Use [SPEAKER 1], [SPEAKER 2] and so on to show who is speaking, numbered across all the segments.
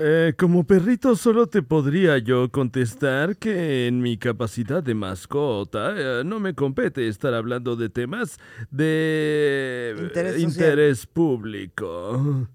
[SPEAKER 1] Eh, como perrito solo te podría yo contestar que en mi capacidad de mascota eh, no me compete estar hablando de temas de eh,
[SPEAKER 2] Interés social.
[SPEAKER 1] interés público.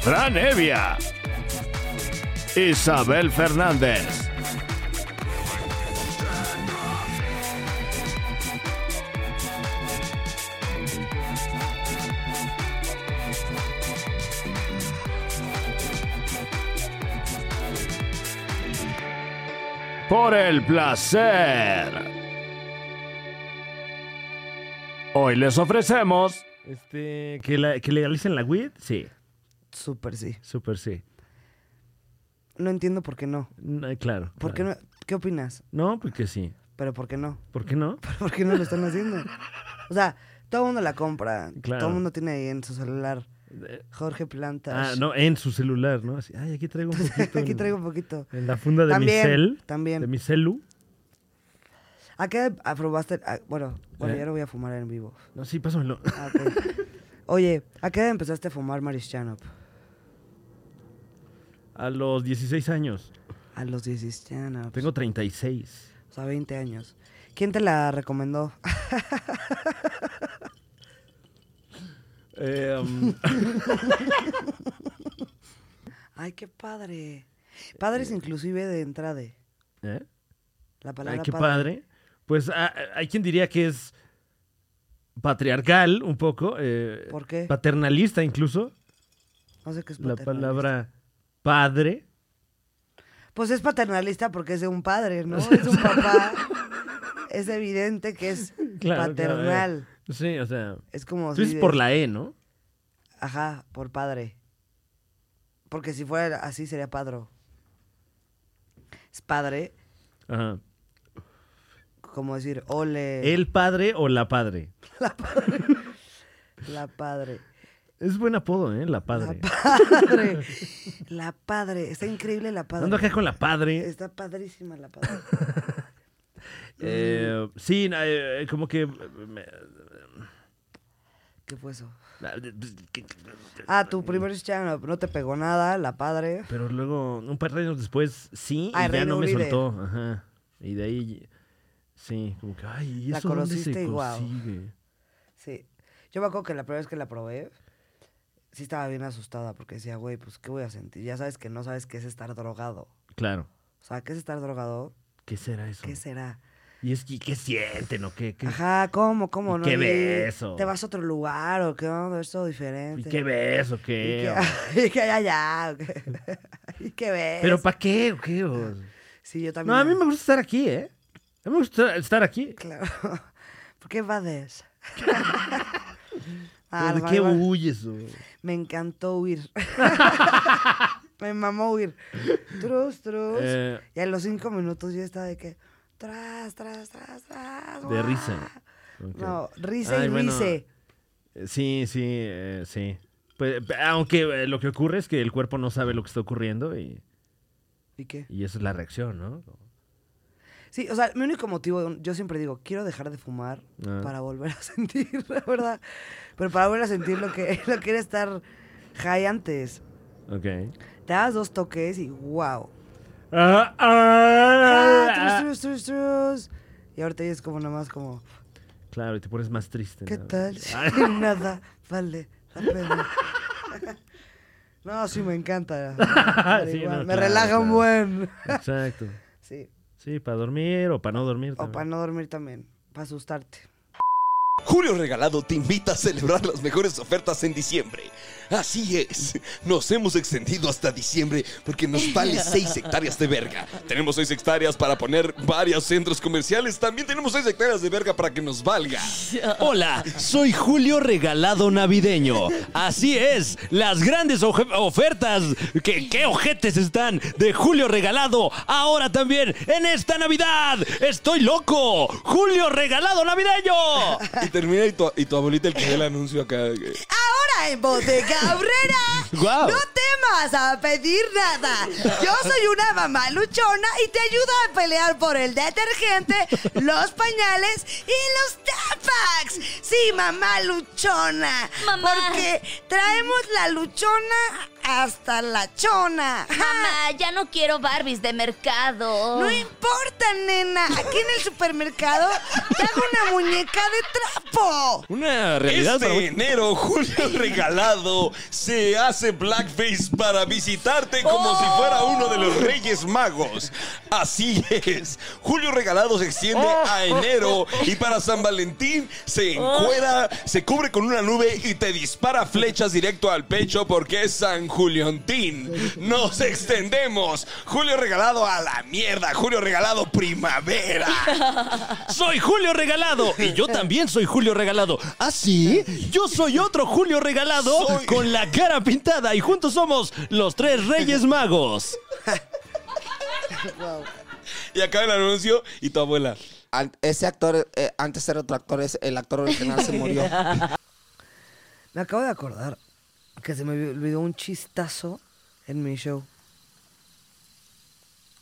[SPEAKER 3] Fran Evia. Isabel Fernández. Por el placer. Hoy les ofrecemos
[SPEAKER 4] Este, que, la, que legalicen la weed, sí,
[SPEAKER 2] Súper sí.
[SPEAKER 4] súper sí.
[SPEAKER 2] No entiendo por qué no.
[SPEAKER 4] No, claro.
[SPEAKER 2] ¿Por qué
[SPEAKER 4] claro.
[SPEAKER 2] no? ¿Qué opinas?
[SPEAKER 4] No, porque sí.
[SPEAKER 2] Pero ¿por qué no?
[SPEAKER 4] ¿Por qué no?
[SPEAKER 2] ¿Por qué no lo están haciendo? O sea, todo el mundo la compra.
[SPEAKER 4] Claro.
[SPEAKER 2] Todo el mundo tiene ahí en su celular
[SPEAKER 4] Eh,
[SPEAKER 2] Jorge Plantas. Este,
[SPEAKER 4] Ah, no, en su celular, ¿no? Así, ay, aquí traigo un poquito.
[SPEAKER 2] Aquí
[SPEAKER 4] en-
[SPEAKER 2] traigo un poquito.
[SPEAKER 4] En la funda de mi
[SPEAKER 2] También,
[SPEAKER 4] cel.
[SPEAKER 2] también.
[SPEAKER 4] De mi celu.
[SPEAKER 2] ¿A qué edad aprobaste? ah, bueno, bueno,
[SPEAKER 4] ¿Eh?
[SPEAKER 2] ya lo voy a fumar en vivo.
[SPEAKER 4] No, sí, pásamelo.
[SPEAKER 2] Ah, ok. Oye, ¿a qué edad empezaste a fumar Marischanop?
[SPEAKER 4] A los 16 años.
[SPEAKER 2] A los 16 Chanop.
[SPEAKER 4] Tengo 36.
[SPEAKER 2] O sea, 20 años. ¿Quién te la recomendó?
[SPEAKER 4] Eh, um,
[SPEAKER 2] Ay, qué padre. Padres inclusive de entrada.
[SPEAKER 4] ¿eh?
[SPEAKER 2] La
[SPEAKER 4] Ay,
[SPEAKER 2] palabra
[SPEAKER 4] qué padre. Pues ah, ah, hay quien diría que es patriarcal un poco. eh,
[SPEAKER 2] ¿Por qué?
[SPEAKER 4] Paternalista incluso.
[SPEAKER 2] No sé qué es
[SPEAKER 4] La
[SPEAKER 2] paternalista.
[SPEAKER 4] palabra padre.
[SPEAKER 2] Pues es paternalista porque es de un padre, ¿no? Es un papá. es evidente que es
[SPEAKER 4] Claro, claro, eh.
[SPEAKER 2] paternal.
[SPEAKER 4] Sí, o sea.
[SPEAKER 2] Es como
[SPEAKER 4] Tú
[SPEAKER 2] si
[SPEAKER 4] dices por la E, ¿no?
[SPEAKER 2] Ajá, por padre. Porque si fuera así sería padro. Es padre,
[SPEAKER 4] Ajá.
[SPEAKER 2] como decir, ole,
[SPEAKER 4] El padre o la padre.
[SPEAKER 2] la padre.
[SPEAKER 4] Es buen apodo, ¿eh? La padre.
[SPEAKER 2] Padre. La padre. Está increíble la padre.
[SPEAKER 4] Ando acá con la padre.
[SPEAKER 2] Está padrísima la padre.
[SPEAKER 4] Eh, sí, na- eh, como que. eh, me-
[SPEAKER 2] ¿Qué fue eso? Ah, tu primer channel no te pegó nada, la padre.
[SPEAKER 4] Pero luego, un par de años después, sí,
[SPEAKER 2] Ah,
[SPEAKER 4] y ya
[SPEAKER 2] Reino
[SPEAKER 4] no me
[SPEAKER 2] Unido.
[SPEAKER 4] soltó. Ajá. Y de ahí, sí, como que, ay, ¿y
[SPEAKER 2] La
[SPEAKER 4] eso dónde se
[SPEAKER 2] conociste y guau.
[SPEAKER 4] consigue?
[SPEAKER 2] Sí. Yo me acuerdo que la primera vez que la probé, sí estaba bien asustada porque decía, güey, pues, ¿qué voy a sentir? Ya sabes que no sabes qué es estar drogado.
[SPEAKER 4] Claro.
[SPEAKER 2] O sea, ¿qué es estar drogado?
[SPEAKER 4] ¿Qué será eso?
[SPEAKER 2] ¿Qué será?
[SPEAKER 4] Y es que, ¿qué sienten o qué? qué
[SPEAKER 2] Ajá, ¿cómo, cómo?
[SPEAKER 4] ¿Y
[SPEAKER 2] no?
[SPEAKER 4] qué
[SPEAKER 2] Y
[SPEAKER 4] beso?
[SPEAKER 2] ¿Te vas a otro lugar o qué onda? Es todo
[SPEAKER 4] ¿Y
[SPEAKER 2] diferente.
[SPEAKER 4] qué ves o
[SPEAKER 2] ¿Y
[SPEAKER 4] qué?
[SPEAKER 2] qué,
[SPEAKER 4] O-
[SPEAKER 2] y qué hay allá? ¿O qué? ¿Y qué ves?
[SPEAKER 4] ¿Pero para qué o qué? O-
[SPEAKER 2] sí, yo también.
[SPEAKER 4] No, a mí me gusta estar aquí, ¿eh? A mí me gusta estar aquí.
[SPEAKER 2] Claro. ¿Por qué evades? Ah,
[SPEAKER 4] Pero ¿De
[SPEAKER 2] la
[SPEAKER 4] qué
[SPEAKER 2] barba-
[SPEAKER 4] huyes? o-
[SPEAKER 2] Me encantó huir. me mamó huir. Trus, trus.
[SPEAKER 4] Eh.
[SPEAKER 2] y a los cinco minutos yo estaba de que. Tras, tras, tras, tras.
[SPEAKER 4] De
[SPEAKER 2] ¡guau!
[SPEAKER 4] risa. Ok.
[SPEAKER 2] Ah. No, risa
[SPEAKER 4] Ay,
[SPEAKER 2] y
[SPEAKER 4] bueno,
[SPEAKER 2] rice.
[SPEAKER 4] Eh, Sí, sí, eh, sí. Pues, eh, aunque eh, lo que ocurre es que el cuerpo no sabe lo que está ocurriendo y,
[SPEAKER 2] ¿Y qué?
[SPEAKER 4] y esa es la reacción, ¿no?
[SPEAKER 2] Sí, o sea, mi único motivo, yo siempre digo, quiero dejar de fumar
[SPEAKER 4] Ah.
[SPEAKER 2] para volver a sentir, la verdad. Pero para volver a sentir lo que, lo que era estar high antes.
[SPEAKER 4] Ok.
[SPEAKER 2] Te das dos toques y wow.
[SPEAKER 4] Ah, ah,
[SPEAKER 2] Ah,
[SPEAKER 4] ah.
[SPEAKER 2] trus, trus, trus, trus. Y ahorita ya es como nada más como,
[SPEAKER 4] Claro, y te pones más triste.
[SPEAKER 2] ¿qué
[SPEAKER 4] ¿no?
[SPEAKER 2] tal? si
[SPEAKER 4] Ah,
[SPEAKER 2] nada, vale, la pena. No, sí, me encanta.
[SPEAKER 4] Sí,
[SPEAKER 2] Igual,
[SPEAKER 4] no,
[SPEAKER 2] me
[SPEAKER 4] claro,
[SPEAKER 2] relaja un
[SPEAKER 4] claro.
[SPEAKER 2] buen.
[SPEAKER 4] Exacto.
[SPEAKER 2] Sí.
[SPEAKER 4] Sí, para dormir o para no dormir.
[SPEAKER 2] O
[SPEAKER 4] también.
[SPEAKER 2] para no dormir también, para asustarte.
[SPEAKER 5] Julio Regalado te invita a celebrar las mejores ofertas en diciembre. Así es, nos hemos extendido hasta diciembre porque nos vale 6 hectáreas de verga. Tenemos 6 hectáreas para poner varios centros comerciales, también tenemos 6 hectáreas de verga para que nos valga.
[SPEAKER 3] Hola, soy Julio Regalado Navideño. Así es, las grandes oje- ofertas, que qué ojetes están de Julio Regalado, ahora también en esta Navidad. Estoy loco, Julio Regalado Navideño.
[SPEAKER 5] Y termina y tu, y tu abuelita el que ve el anuncio acá. eh,
[SPEAKER 2] Ahora está en Bodega Aurrera.
[SPEAKER 3] Guau.
[SPEAKER 2] No temas a pedir nada. Yo soy una mamá luchona y te ayudo a pelear por el detergente, los pañales y los tapax. Sí, mamá luchona.
[SPEAKER 6] Mamá.
[SPEAKER 2] Porque traemos la luchona hasta la chona.
[SPEAKER 6] Mamá, ya no quiero Barbies de mercado.
[SPEAKER 2] No importa, nena. Aquí en el supermercado te hago una muñeca de trapo.
[SPEAKER 3] Una realidad
[SPEAKER 5] Este
[SPEAKER 3] para muchos.
[SPEAKER 5] enero, Julio Regalado se hace blackface para visitarte como si fuera uno de los Reyes Magos. Así es. Julio Regalado se extiende a
[SPEAKER 3] Oh.
[SPEAKER 5] enero y para San Valentín se encuera, se cubre con una nube y te dispara flechas directo al pecho porque es San Juliontín. Nos extendemos. Julio Regalado a la mierda. Julio Regalado primavera.
[SPEAKER 3] Soy Julio Regalado y yo también soy Julio Regalado. ¿Ah, sí? Yo soy otro Julio Regalado
[SPEAKER 5] Soy-
[SPEAKER 3] con la cara pintada y juntos somos los tres Reyes Magos.
[SPEAKER 5] Y acaba el anuncio y tu abuela.
[SPEAKER 7] An- ese actor, eh, antes era otro actor, es- el actor original se murió.
[SPEAKER 2] Me acabo de acordar que se me olvidó un chistazo en mi show.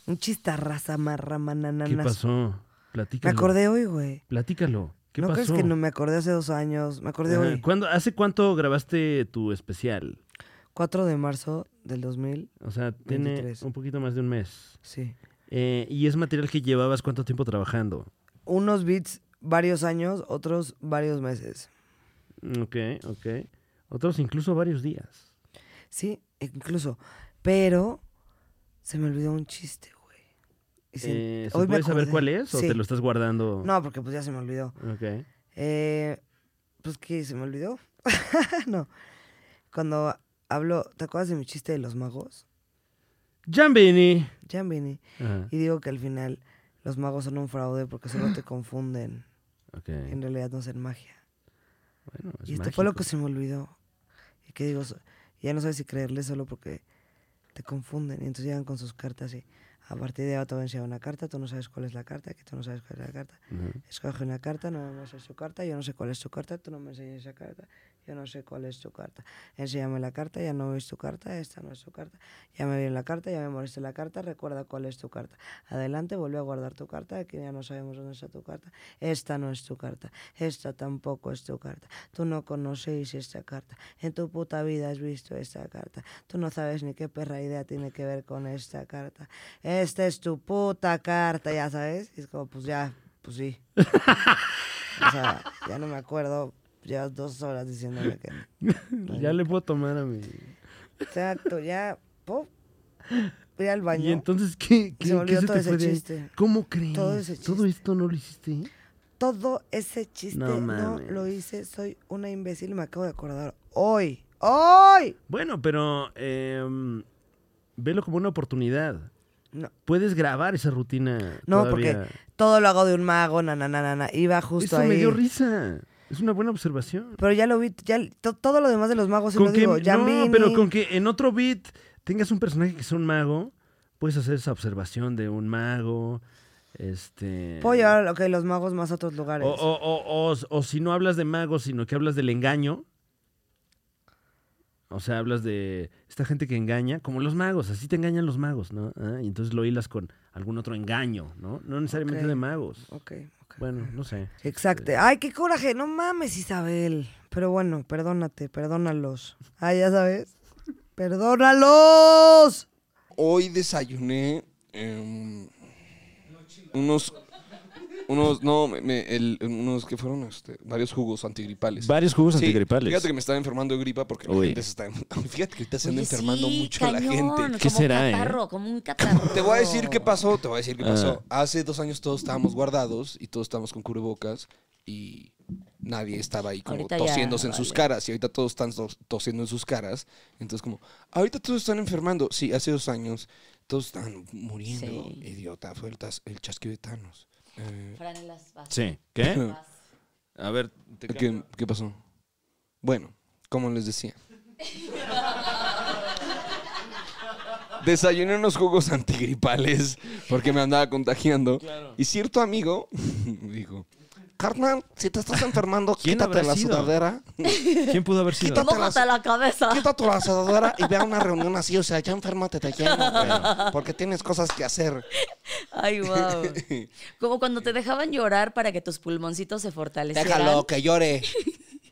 [SPEAKER 2] Un chistarraza marra manananas.
[SPEAKER 4] ¿Qué pasó?
[SPEAKER 2] Me
[SPEAKER 4] Platícalo.
[SPEAKER 2] acordé hoy, güey.
[SPEAKER 4] Platícalo. ¿Qué
[SPEAKER 2] ¿No
[SPEAKER 4] pasó?
[SPEAKER 2] crees que no me acordé hace dos años? Me acordé
[SPEAKER 4] Ajá,
[SPEAKER 2] hoy.
[SPEAKER 4] ¿cuándo- ¿Hace cuánto grabaste tu especial?
[SPEAKER 2] 4 de marzo del 2000.
[SPEAKER 4] O sea, tiene
[SPEAKER 2] 23.
[SPEAKER 4] un poquito más de un mes.
[SPEAKER 2] Sí.
[SPEAKER 4] Eh, ¿Y es material que llevabas cuánto tiempo trabajando?
[SPEAKER 2] Unos beats varios años, otros varios meses.
[SPEAKER 4] Mm, Ok, ok. Otros incluso varios días.
[SPEAKER 2] Sí, incluso. Pero se me olvidó un chiste, güey. Y se-
[SPEAKER 4] Eh, ¿Se
[SPEAKER 2] hoy me
[SPEAKER 4] puede saber
[SPEAKER 2] acordé.
[SPEAKER 4] cuál es o
[SPEAKER 2] Sí.
[SPEAKER 4] te lo estás guardando?
[SPEAKER 2] No, porque pues ya se me olvidó.
[SPEAKER 4] Ok.
[SPEAKER 2] Eh, pues que se me olvidó. no. Cuando hablo, ¿te acuerdas de mi chiste de los magos?
[SPEAKER 4] Jambini.
[SPEAKER 2] Ya vine.
[SPEAKER 4] Ajá,
[SPEAKER 2] Y digo que al final los magos son un fraude porque solo te confunden.
[SPEAKER 4] ok.
[SPEAKER 2] En realidad no hacen magia.
[SPEAKER 4] Bueno, es
[SPEAKER 2] y esto fue lo
[SPEAKER 4] mágico.
[SPEAKER 2] que se me olvidó. Y que digo, so- ya no sabes si creerle solo porque te confunden. Y entonces llegan con sus cartas y a partir de ahora te voy a enseñar una carta, tú no sabes cuál es la carta, que tú no sabes cuál es la carta. Escoge una carta, no me sé su carta, yo no sé cuál es tu carta, tú no me enseñas esa carta, yo no sé cuál es tu carta. Enséñame la carta, ya no ves tu carta, esta no es tu carta. Ya me vi la carta, ya me molesté la carta, recuerda cuál es tu carta. Adelante, vuelve a guardar tu carta, aquí ya no sabemos dónde está tu carta. Esta no es tu carta, esta tampoco es tu carta. Tú no conocéis esta carta, en tu puta vida has visto esta carta. Tú no sabes ni qué perra idea tiene que ver con esta carta. Esta es tu puta carta, ya sabes. Y es como, pues ya, pues sí. o sea, ya no me acuerdo, llevas dos horas diciéndome que...
[SPEAKER 4] Ya le puedo tomar a mi...
[SPEAKER 2] Exacto, ya, pop, voy al baño.
[SPEAKER 4] Y entonces, ¿qué, qué,
[SPEAKER 2] se me
[SPEAKER 4] qué
[SPEAKER 2] olvidó todo
[SPEAKER 4] te
[SPEAKER 2] ese
[SPEAKER 4] fue de ahí?
[SPEAKER 2] chiste.
[SPEAKER 4] ¿Cómo crees?
[SPEAKER 2] Todo ese
[SPEAKER 4] ¿Todo
[SPEAKER 2] chiste.
[SPEAKER 4] esto no lo hiciste?
[SPEAKER 2] Todo ese chiste
[SPEAKER 4] No
[SPEAKER 2] no,
[SPEAKER 4] mames.
[SPEAKER 2] lo hice, soy una imbécil, me acabo de acordar hoy. ¡Hoy!
[SPEAKER 4] Bueno, pero em, velo como una oportunidad.
[SPEAKER 2] No,
[SPEAKER 4] Puedes grabar esa rutina.
[SPEAKER 2] no,
[SPEAKER 4] todavía.
[SPEAKER 2] porque todo lo hago de un mago, na, na, na, na, na. Iba justo
[SPEAKER 4] Eso
[SPEAKER 2] ahí.
[SPEAKER 4] me dio risa. Es una buena observación.
[SPEAKER 2] Pero ya lo vi, ya to- todo lo demás de los magos se
[SPEAKER 4] Con
[SPEAKER 2] lo
[SPEAKER 4] que-
[SPEAKER 2] digo. Ya
[SPEAKER 4] no, pero con que en otro beat tengas un personaje que sea un mago, puedes hacer esa observación de un mago. Este.
[SPEAKER 2] Puedo llevar ok, los magos más a otros lugares.
[SPEAKER 4] O, o- o- o- o si no hablas de magos, sino que hablas del engaño. O sea, hablas de esta gente que engaña, como los magos, así te engañan los magos, ¿no? Ah, Y entonces lo hilas con algún otro engaño, ¿no? No necesariamente
[SPEAKER 2] Ok.
[SPEAKER 4] de magos.
[SPEAKER 2] Ok, ok.
[SPEAKER 4] Bueno, no sé.
[SPEAKER 2] Exacto. Ay, qué coraje. No mames, Isabel. Pero bueno, perdónate, perdónalos. Ah, ya sabes. ¡Perdónalos!
[SPEAKER 5] Hoy desayuné em, unos unos no me- me- el- unos que fueron este, varios jugos antigripales.
[SPEAKER 3] Varios jugos
[SPEAKER 5] Sí,
[SPEAKER 3] antigripales.
[SPEAKER 5] Fíjate que me estaba enfermando de gripa porque la
[SPEAKER 3] Uy.
[SPEAKER 5] gente se está fíjate que ahorita se anda
[SPEAKER 6] Oye,
[SPEAKER 5] enfermando
[SPEAKER 6] sí,
[SPEAKER 5] mucho la
[SPEAKER 6] cañón,
[SPEAKER 5] gente.
[SPEAKER 3] ¿Qué
[SPEAKER 6] como
[SPEAKER 3] será, eh?
[SPEAKER 6] Un catarro, como un catarro.
[SPEAKER 5] Te voy a decir qué pasó, te voy a decir qué pasó. Hace dos años todos estábamos guardados y todos estábamos con cubrebocas y nadie estaba ahí como
[SPEAKER 6] Ahorita ya,
[SPEAKER 5] tosiéndose en sus
[SPEAKER 6] vale.
[SPEAKER 5] caras y ahorita todos están tos- tosiendo en sus caras. Entonces como, ahorita todos están enfermando. Sí, hace dos años todos estaban muriendo.
[SPEAKER 6] Sí.
[SPEAKER 5] Idiota, fue el, tas- el chasquido de Thanos. Eh,
[SPEAKER 6] Franelas, vas.
[SPEAKER 3] Sí. ¿Qué?
[SPEAKER 5] A ver, ¿qué, qué pasó? Bueno, como les decía. Desayuné unos jugos antigripales porque me andaba contagiando. Y cierto amigo dijo,
[SPEAKER 7] carnal, si te estás enfermando,
[SPEAKER 3] ¿Quién
[SPEAKER 7] quítate
[SPEAKER 3] habrá
[SPEAKER 7] la
[SPEAKER 3] sido?
[SPEAKER 7] sudadera.
[SPEAKER 3] ¿Quién pudo haber sido?
[SPEAKER 7] Quítate la,
[SPEAKER 6] Mójate la cabeza.
[SPEAKER 7] quítate la sudadera y ve a una reunión así. O sea, ya enférmate de lleno, güey, Porque tienes cosas que hacer.
[SPEAKER 6] Ay, wow. Como cuando te dejaban llorar para que tus pulmoncitos se fortalecieran.
[SPEAKER 7] Déjalo, que llore.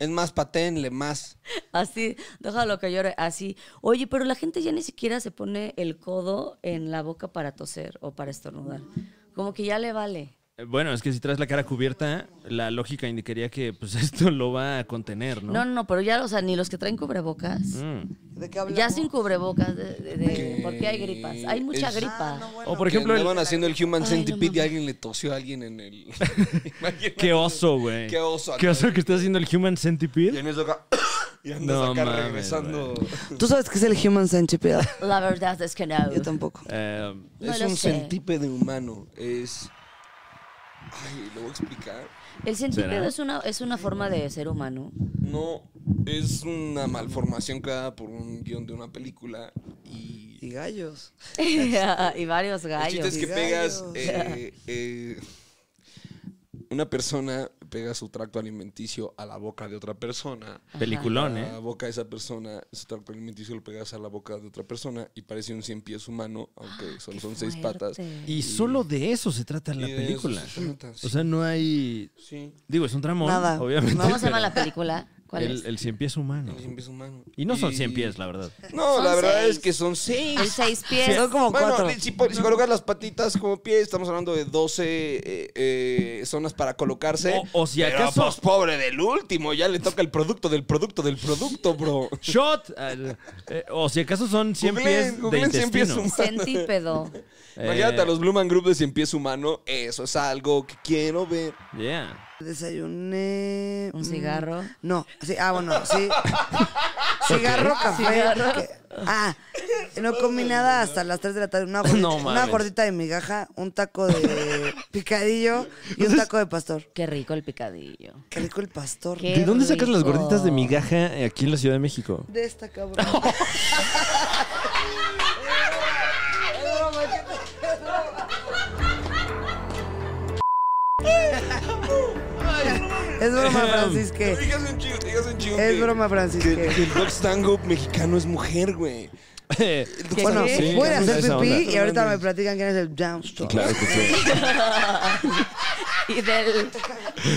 [SPEAKER 7] Es más, paténle más.
[SPEAKER 6] Así, déjalo que llore, así. Oye, pero la gente ya ni siquiera se pone el codo en la boca para toser o para estornudar. Como que ya le vale.
[SPEAKER 3] Eh, Bueno, es que si traes la cara cubierta, la lógica indicaría que pues esto lo va a contener, ¿no?
[SPEAKER 6] No, no, no, pero ya, o sea, ni los que traen cubrebocas.
[SPEAKER 3] Mm.
[SPEAKER 2] ¿De qué hablamos?
[SPEAKER 6] Ya sin cubrebocas, de, de- de-
[SPEAKER 5] Que-
[SPEAKER 6] porque hay gripas. Hay mucha
[SPEAKER 5] es-
[SPEAKER 6] gripa.
[SPEAKER 2] Ah, no, bueno.
[SPEAKER 3] O por ejemplo,
[SPEAKER 5] que
[SPEAKER 3] el-
[SPEAKER 5] estaban haciendo el Human
[SPEAKER 6] Ay, no
[SPEAKER 5] Centipede y
[SPEAKER 6] mames.
[SPEAKER 5] alguien le tosió a alguien en el.
[SPEAKER 3] qué oso, güey.
[SPEAKER 5] Qué oso,
[SPEAKER 3] Qué oso que está haciendo el Human
[SPEAKER 5] Y
[SPEAKER 3] Centipede.
[SPEAKER 5] en eso acá. Y andas
[SPEAKER 3] No
[SPEAKER 5] acá
[SPEAKER 3] mames,
[SPEAKER 5] regresando.
[SPEAKER 2] ¿Tú sabes qué es el Human Centipede?
[SPEAKER 6] La verdad es que no.
[SPEAKER 2] Yo tampoco.
[SPEAKER 3] Eh,
[SPEAKER 6] No
[SPEAKER 5] es
[SPEAKER 6] lo
[SPEAKER 5] un
[SPEAKER 6] sé.
[SPEAKER 5] centípede humano. Es. Ay, lo voy a explicar.
[SPEAKER 6] El centípedo
[SPEAKER 3] ¿Será?
[SPEAKER 6] es una, es una forma de ser humano.
[SPEAKER 5] No, es una malformación creada por un guión de una película. Y.
[SPEAKER 2] Y gallos.
[SPEAKER 6] y varios
[SPEAKER 5] El chiste
[SPEAKER 6] gallos.
[SPEAKER 5] es que
[SPEAKER 2] Gallos.
[SPEAKER 5] pegas. eh, eh, una persona pega su tracto alimenticio a la boca de otra persona.
[SPEAKER 3] peliculón,
[SPEAKER 5] A la
[SPEAKER 3] ¿eh?
[SPEAKER 5] boca de esa persona, su tracto alimenticio lo pegas a la boca de otra persona y parece un cien pies humano, aunque solo
[SPEAKER 6] Ah, qué
[SPEAKER 5] son seis
[SPEAKER 6] fuerte.
[SPEAKER 5] patas.
[SPEAKER 3] Y solo de eso se trata la
[SPEAKER 5] Y de eso
[SPEAKER 3] película.
[SPEAKER 5] se trata, sí.
[SPEAKER 3] O sea, no hay...
[SPEAKER 5] Sí,
[SPEAKER 3] Digo, es un tramo,
[SPEAKER 2] Nada.
[SPEAKER 3] obviamente.
[SPEAKER 6] ¿Cómo se llama
[SPEAKER 3] pero
[SPEAKER 6] la película? ¿Cuál es?
[SPEAKER 3] el, el cien pies humano.
[SPEAKER 5] un cien pies humano.
[SPEAKER 3] Y no son cien pies, la verdad.
[SPEAKER 5] No,
[SPEAKER 6] Son
[SPEAKER 5] la verdad
[SPEAKER 6] seis.
[SPEAKER 5] es que son seis.
[SPEAKER 6] El seis pies.
[SPEAKER 2] Son como
[SPEAKER 5] bueno,
[SPEAKER 2] cuatro.
[SPEAKER 5] si, po- si colocas las patitas como pie, estamos hablando de 12 eh, eh, zonas para colocarse.
[SPEAKER 3] O- o si
[SPEAKER 5] Pero,
[SPEAKER 3] acaso-
[SPEAKER 5] pues, pobre del último, ya le toca el producto del producto del producto, bro.
[SPEAKER 3] Shot. al- eh, o si acaso son 100
[SPEAKER 5] Googleen,
[SPEAKER 3] pies de
[SPEAKER 5] googleen cien pies
[SPEAKER 3] intestino.
[SPEAKER 5] humanos.
[SPEAKER 6] Centípedo.
[SPEAKER 5] Imagínate
[SPEAKER 3] Eh.
[SPEAKER 5] a los Blue Man Group de cien pies humano. Eso es algo que quiero ver.
[SPEAKER 3] Yeah.
[SPEAKER 2] Desayuné.
[SPEAKER 6] Un
[SPEAKER 2] mm,
[SPEAKER 6] cigarro.
[SPEAKER 2] No, sí, ah, bueno, sí. Cigarro, café.
[SPEAKER 6] Cigarro.
[SPEAKER 2] que- ah, no comí nada hasta las 3 de la tarde. Una gordita,
[SPEAKER 3] No
[SPEAKER 2] una
[SPEAKER 3] mames.
[SPEAKER 2] gordita de migaja, un taco de picadillo y un taco de pastor.
[SPEAKER 6] Qué rico el picadillo.
[SPEAKER 2] Qué rico el pastor.
[SPEAKER 6] Qué
[SPEAKER 3] ¿De dónde sacas las
[SPEAKER 6] rico.
[SPEAKER 3] gorditas
[SPEAKER 5] Oh.
[SPEAKER 3] de migaja eh, aquí en la Ciudad de México?
[SPEAKER 2] De esta cabrón. Es broma, Francisque.
[SPEAKER 5] Digas un chingo, digas un chingo.
[SPEAKER 2] Es
[SPEAKER 5] que-
[SPEAKER 2] broma,
[SPEAKER 5] Que,
[SPEAKER 2] Francisque.
[SPEAKER 5] que el rock stand-up mexicano es mujer, güey.
[SPEAKER 6] ¿Qué
[SPEAKER 2] Bueno,
[SPEAKER 6] qué?
[SPEAKER 3] Sí,
[SPEAKER 2] voy a
[SPEAKER 3] esa
[SPEAKER 2] hacer
[SPEAKER 3] onda.
[SPEAKER 2] pipí y ahorita me platican quién es el Downstone.
[SPEAKER 5] que sí.
[SPEAKER 6] Y del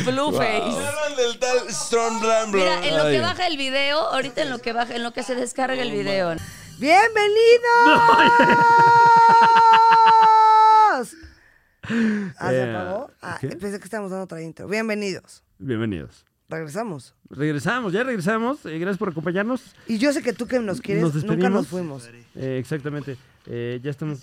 [SPEAKER 6] Blueface.
[SPEAKER 5] Hablan del tal Strong Rambler.
[SPEAKER 6] Mira, en lo que baja el video, ahorita en lo que baja, en lo que se descarga el video.
[SPEAKER 2] ¡Bienvenidos! Ah, ¿se
[SPEAKER 4] Eh,
[SPEAKER 2] apagó? Ah,
[SPEAKER 4] ¿qué?
[SPEAKER 2] pensé que estábamos dando otra intro. Bienvenidos.
[SPEAKER 4] Bienvenidos.
[SPEAKER 2] Regresamos.
[SPEAKER 4] Regresamos, ya regresamos. Eh, gracias por acompañarnos.
[SPEAKER 2] Y yo sé que tú que nos quieres,
[SPEAKER 4] Nos
[SPEAKER 2] nunca
[SPEAKER 4] despedimos.
[SPEAKER 2] nos fuimos.
[SPEAKER 4] Eh, exactamente. Eh, ya estamos.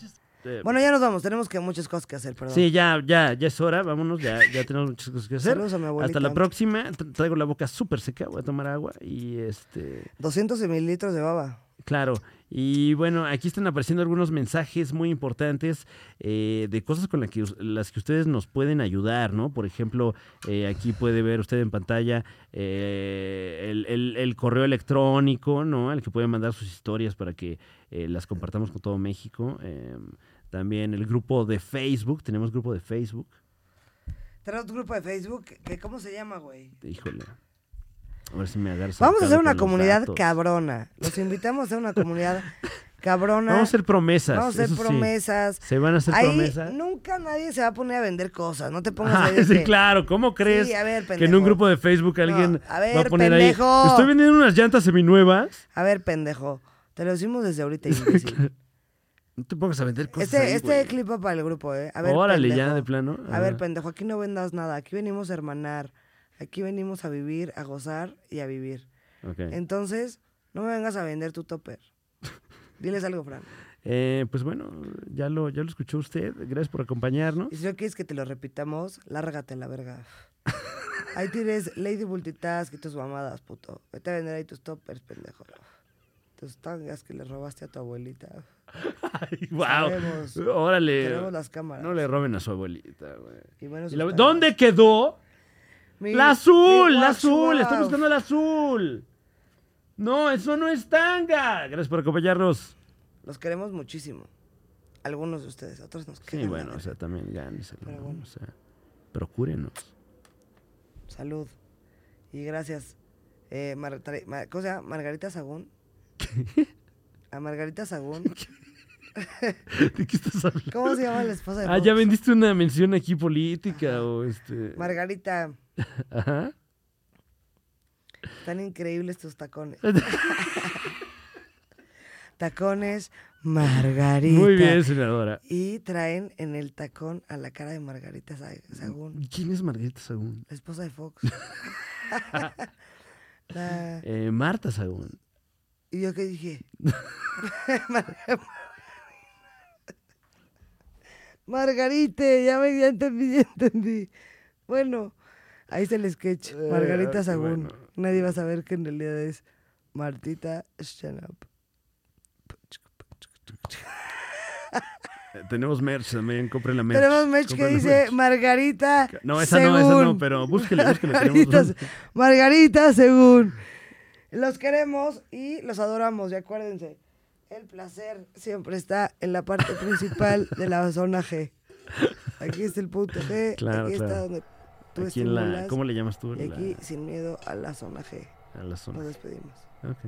[SPEAKER 4] eh,
[SPEAKER 2] Bueno, ya nos vamos. Tenemos que muchas cosas que hacer, perdón.
[SPEAKER 4] sí, ya, ya, ya es hora. Vámonos, ya, ya tenemos muchas cosas que hacer.
[SPEAKER 2] Saludos a mi abuelita.
[SPEAKER 4] Hasta la próxima. Tra- Traigo la boca súper seca. Voy a tomar agua y este.
[SPEAKER 2] 200 mililitros de baba.
[SPEAKER 4] Claro. Y bueno, aquí están apareciendo algunos mensajes muy importantes eh, de cosas con la que us- las que ustedes nos pueden ayudar, ¿no? Por ejemplo, eh, aquí puede ver usted en pantalla eh, el, el- el correo electrónico, ¿no? Al que pueden mandar sus historias para que eh, las compartamos con todo México. Eh, también el grupo de Facebook, tenemos grupo de Facebook.
[SPEAKER 2] Tenemos un grupo de Facebook. que- ¿Cómo se llama, güey?
[SPEAKER 4] Híjole. A ver si me agarro.
[SPEAKER 2] Vamos a
[SPEAKER 4] saltado
[SPEAKER 2] hacer
[SPEAKER 4] con
[SPEAKER 2] una
[SPEAKER 4] los
[SPEAKER 2] comunidad
[SPEAKER 4] datos.
[SPEAKER 2] cabrona. Los invitamos a hacer una comunidad cabrona.
[SPEAKER 4] Vamos a hacer promesas.
[SPEAKER 2] Vamos a hacer
[SPEAKER 4] eso sí.
[SPEAKER 2] promesas.
[SPEAKER 4] Se van a hacer
[SPEAKER 2] Ahí
[SPEAKER 4] promesas.
[SPEAKER 2] nunca nadie se va a poner a vender cosas. No te pongas
[SPEAKER 4] Ah,
[SPEAKER 2] ahí de
[SPEAKER 4] sí,
[SPEAKER 2] que-
[SPEAKER 4] claro, ¿cómo crees
[SPEAKER 2] a ver,
[SPEAKER 4] que en un
[SPEAKER 2] pendejo.
[SPEAKER 4] grupo de Facebook alguien
[SPEAKER 2] No, a ver,
[SPEAKER 4] va a poner
[SPEAKER 2] pendejo.
[SPEAKER 4] ahí? Estoy vendiendo unas llantas seminuevas.
[SPEAKER 2] A ver, pendejo. Te lo decimos desde ahorita, imbécil.
[SPEAKER 4] No te pongas a vender cosas.
[SPEAKER 2] este
[SPEAKER 4] Pues ahí,
[SPEAKER 2] este
[SPEAKER 4] güey.
[SPEAKER 2] clip va para el grupo, ¿eh? A ver,
[SPEAKER 4] Órale, ya,
[SPEAKER 2] pendejo.
[SPEAKER 4] de plano.
[SPEAKER 2] A ver,
[SPEAKER 4] Ah.
[SPEAKER 2] pendejo, aquí no vendas nada. Aquí venimos a hermanar. Aquí venimos a vivir, a gozar y a vivir.
[SPEAKER 4] Ok.
[SPEAKER 2] Entonces, no me vengas a vender tu topper. Diles algo, Fran.
[SPEAKER 4] Eh, pues bueno, ya lo, ya lo escuchó usted. Gracias por acompañarnos.
[SPEAKER 2] Y si no quieres que te lo repitamos, lárgate a la verga. Ahí tienes Lady Multitask y tus mamadas, puto. Vete a vender ahí tus toppers, pendejo. Tus tangas que le robaste a tu abuelita.
[SPEAKER 4] Ay, wow.
[SPEAKER 2] Sabemos.
[SPEAKER 4] Órale.
[SPEAKER 2] Tenemos las cámaras.
[SPEAKER 4] No le roben a su abuelita, güey.
[SPEAKER 2] Y menos
[SPEAKER 4] Y la-
[SPEAKER 2] sus
[SPEAKER 4] ¿Dónde quedó?
[SPEAKER 2] Mi-
[SPEAKER 4] la azul,
[SPEAKER 2] mi
[SPEAKER 4] la azul.
[SPEAKER 2] guachuao.
[SPEAKER 4] Estoy buscando la azul. No, eso no es tanga. Gracias por acompañarnos.
[SPEAKER 2] Los queremos muchísimo. Algunos de ustedes, otros nos
[SPEAKER 4] Sí,
[SPEAKER 2] quedan. la
[SPEAKER 4] bueno, o
[SPEAKER 2] neta.
[SPEAKER 4] sea, también gáneselo,
[SPEAKER 2] Pero
[SPEAKER 4] ¿no?
[SPEAKER 2] bueno.
[SPEAKER 4] O sea, procúrenos.
[SPEAKER 2] Salud. Y gracias. Eh, Mar- tra- Ma- ¿Cómo se llama? Margarita Sagún. A Margarita Sagún.
[SPEAKER 4] ¿De qué estás hablando?
[SPEAKER 2] ¿Cómo se llama la esposa de
[SPEAKER 4] Ah, ya
[SPEAKER 2] Fox?
[SPEAKER 4] vendiste una mención aquí política o este.
[SPEAKER 2] Margarita,
[SPEAKER 4] Ajá.
[SPEAKER 2] tan increíbles tus tacones. tacones, Margarita.
[SPEAKER 4] Muy bien, senadora.
[SPEAKER 2] Y traen en el tacón a la cara de Margarita Sa- Sagún,
[SPEAKER 4] ¿Quién es Margarita Sagún?
[SPEAKER 2] la esposa de Fox. La-
[SPEAKER 4] Eh, Marta Sagún.
[SPEAKER 2] Y yo que dije. Margarita, ya me ya entendí, ya entendí. Bueno, ahí está el sketch.
[SPEAKER 4] Eh, ah,
[SPEAKER 2] Margarita Sagún. Nadie va a saber que en realidad es Martita Stanup.
[SPEAKER 4] Eh, tenemos merch también, compren la merch.
[SPEAKER 2] Tenemos merch que
[SPEAKER 4] compren la
[SPEAKER 2] dice
[SPEAKER 4] merch.
[SPEAKER 2] Margarita.
[SPEAKER 4] No, esa no, esa no,
[SPEAKER 2] Según.
[SPEAKER 4] pero búsquenle, búsquenle.
[SPEAKER 2] Margarita,
[SPEAKER 4] tenemos un-
[SPEAKER 2] Margarita Según. Los queremos y los adoramos, y acuérdense. El placer siempre está en la parte principal de la zona G. Aquí está el punto G,
[SPEAKER 4] Claro,
[SPEAKER 2] aquí está
[SPEAKER 4] claro.
[SPEAKER 2] donde tú
[SPEAKER 4] Aquí en la,
[SPEAKER 2] estimulas,
[SPEAKER 4] ¿Cómo le llamas tú?
[SPEAKER 2] y aquí Pues,
[SPEAKER 4] La-
[SPEAKER 2] sin miedo a la zona G.
[SPEAKER 4] a la zona.
[SPEAKER 2] Nos despedimos.
[SPEAKER 4] Ok.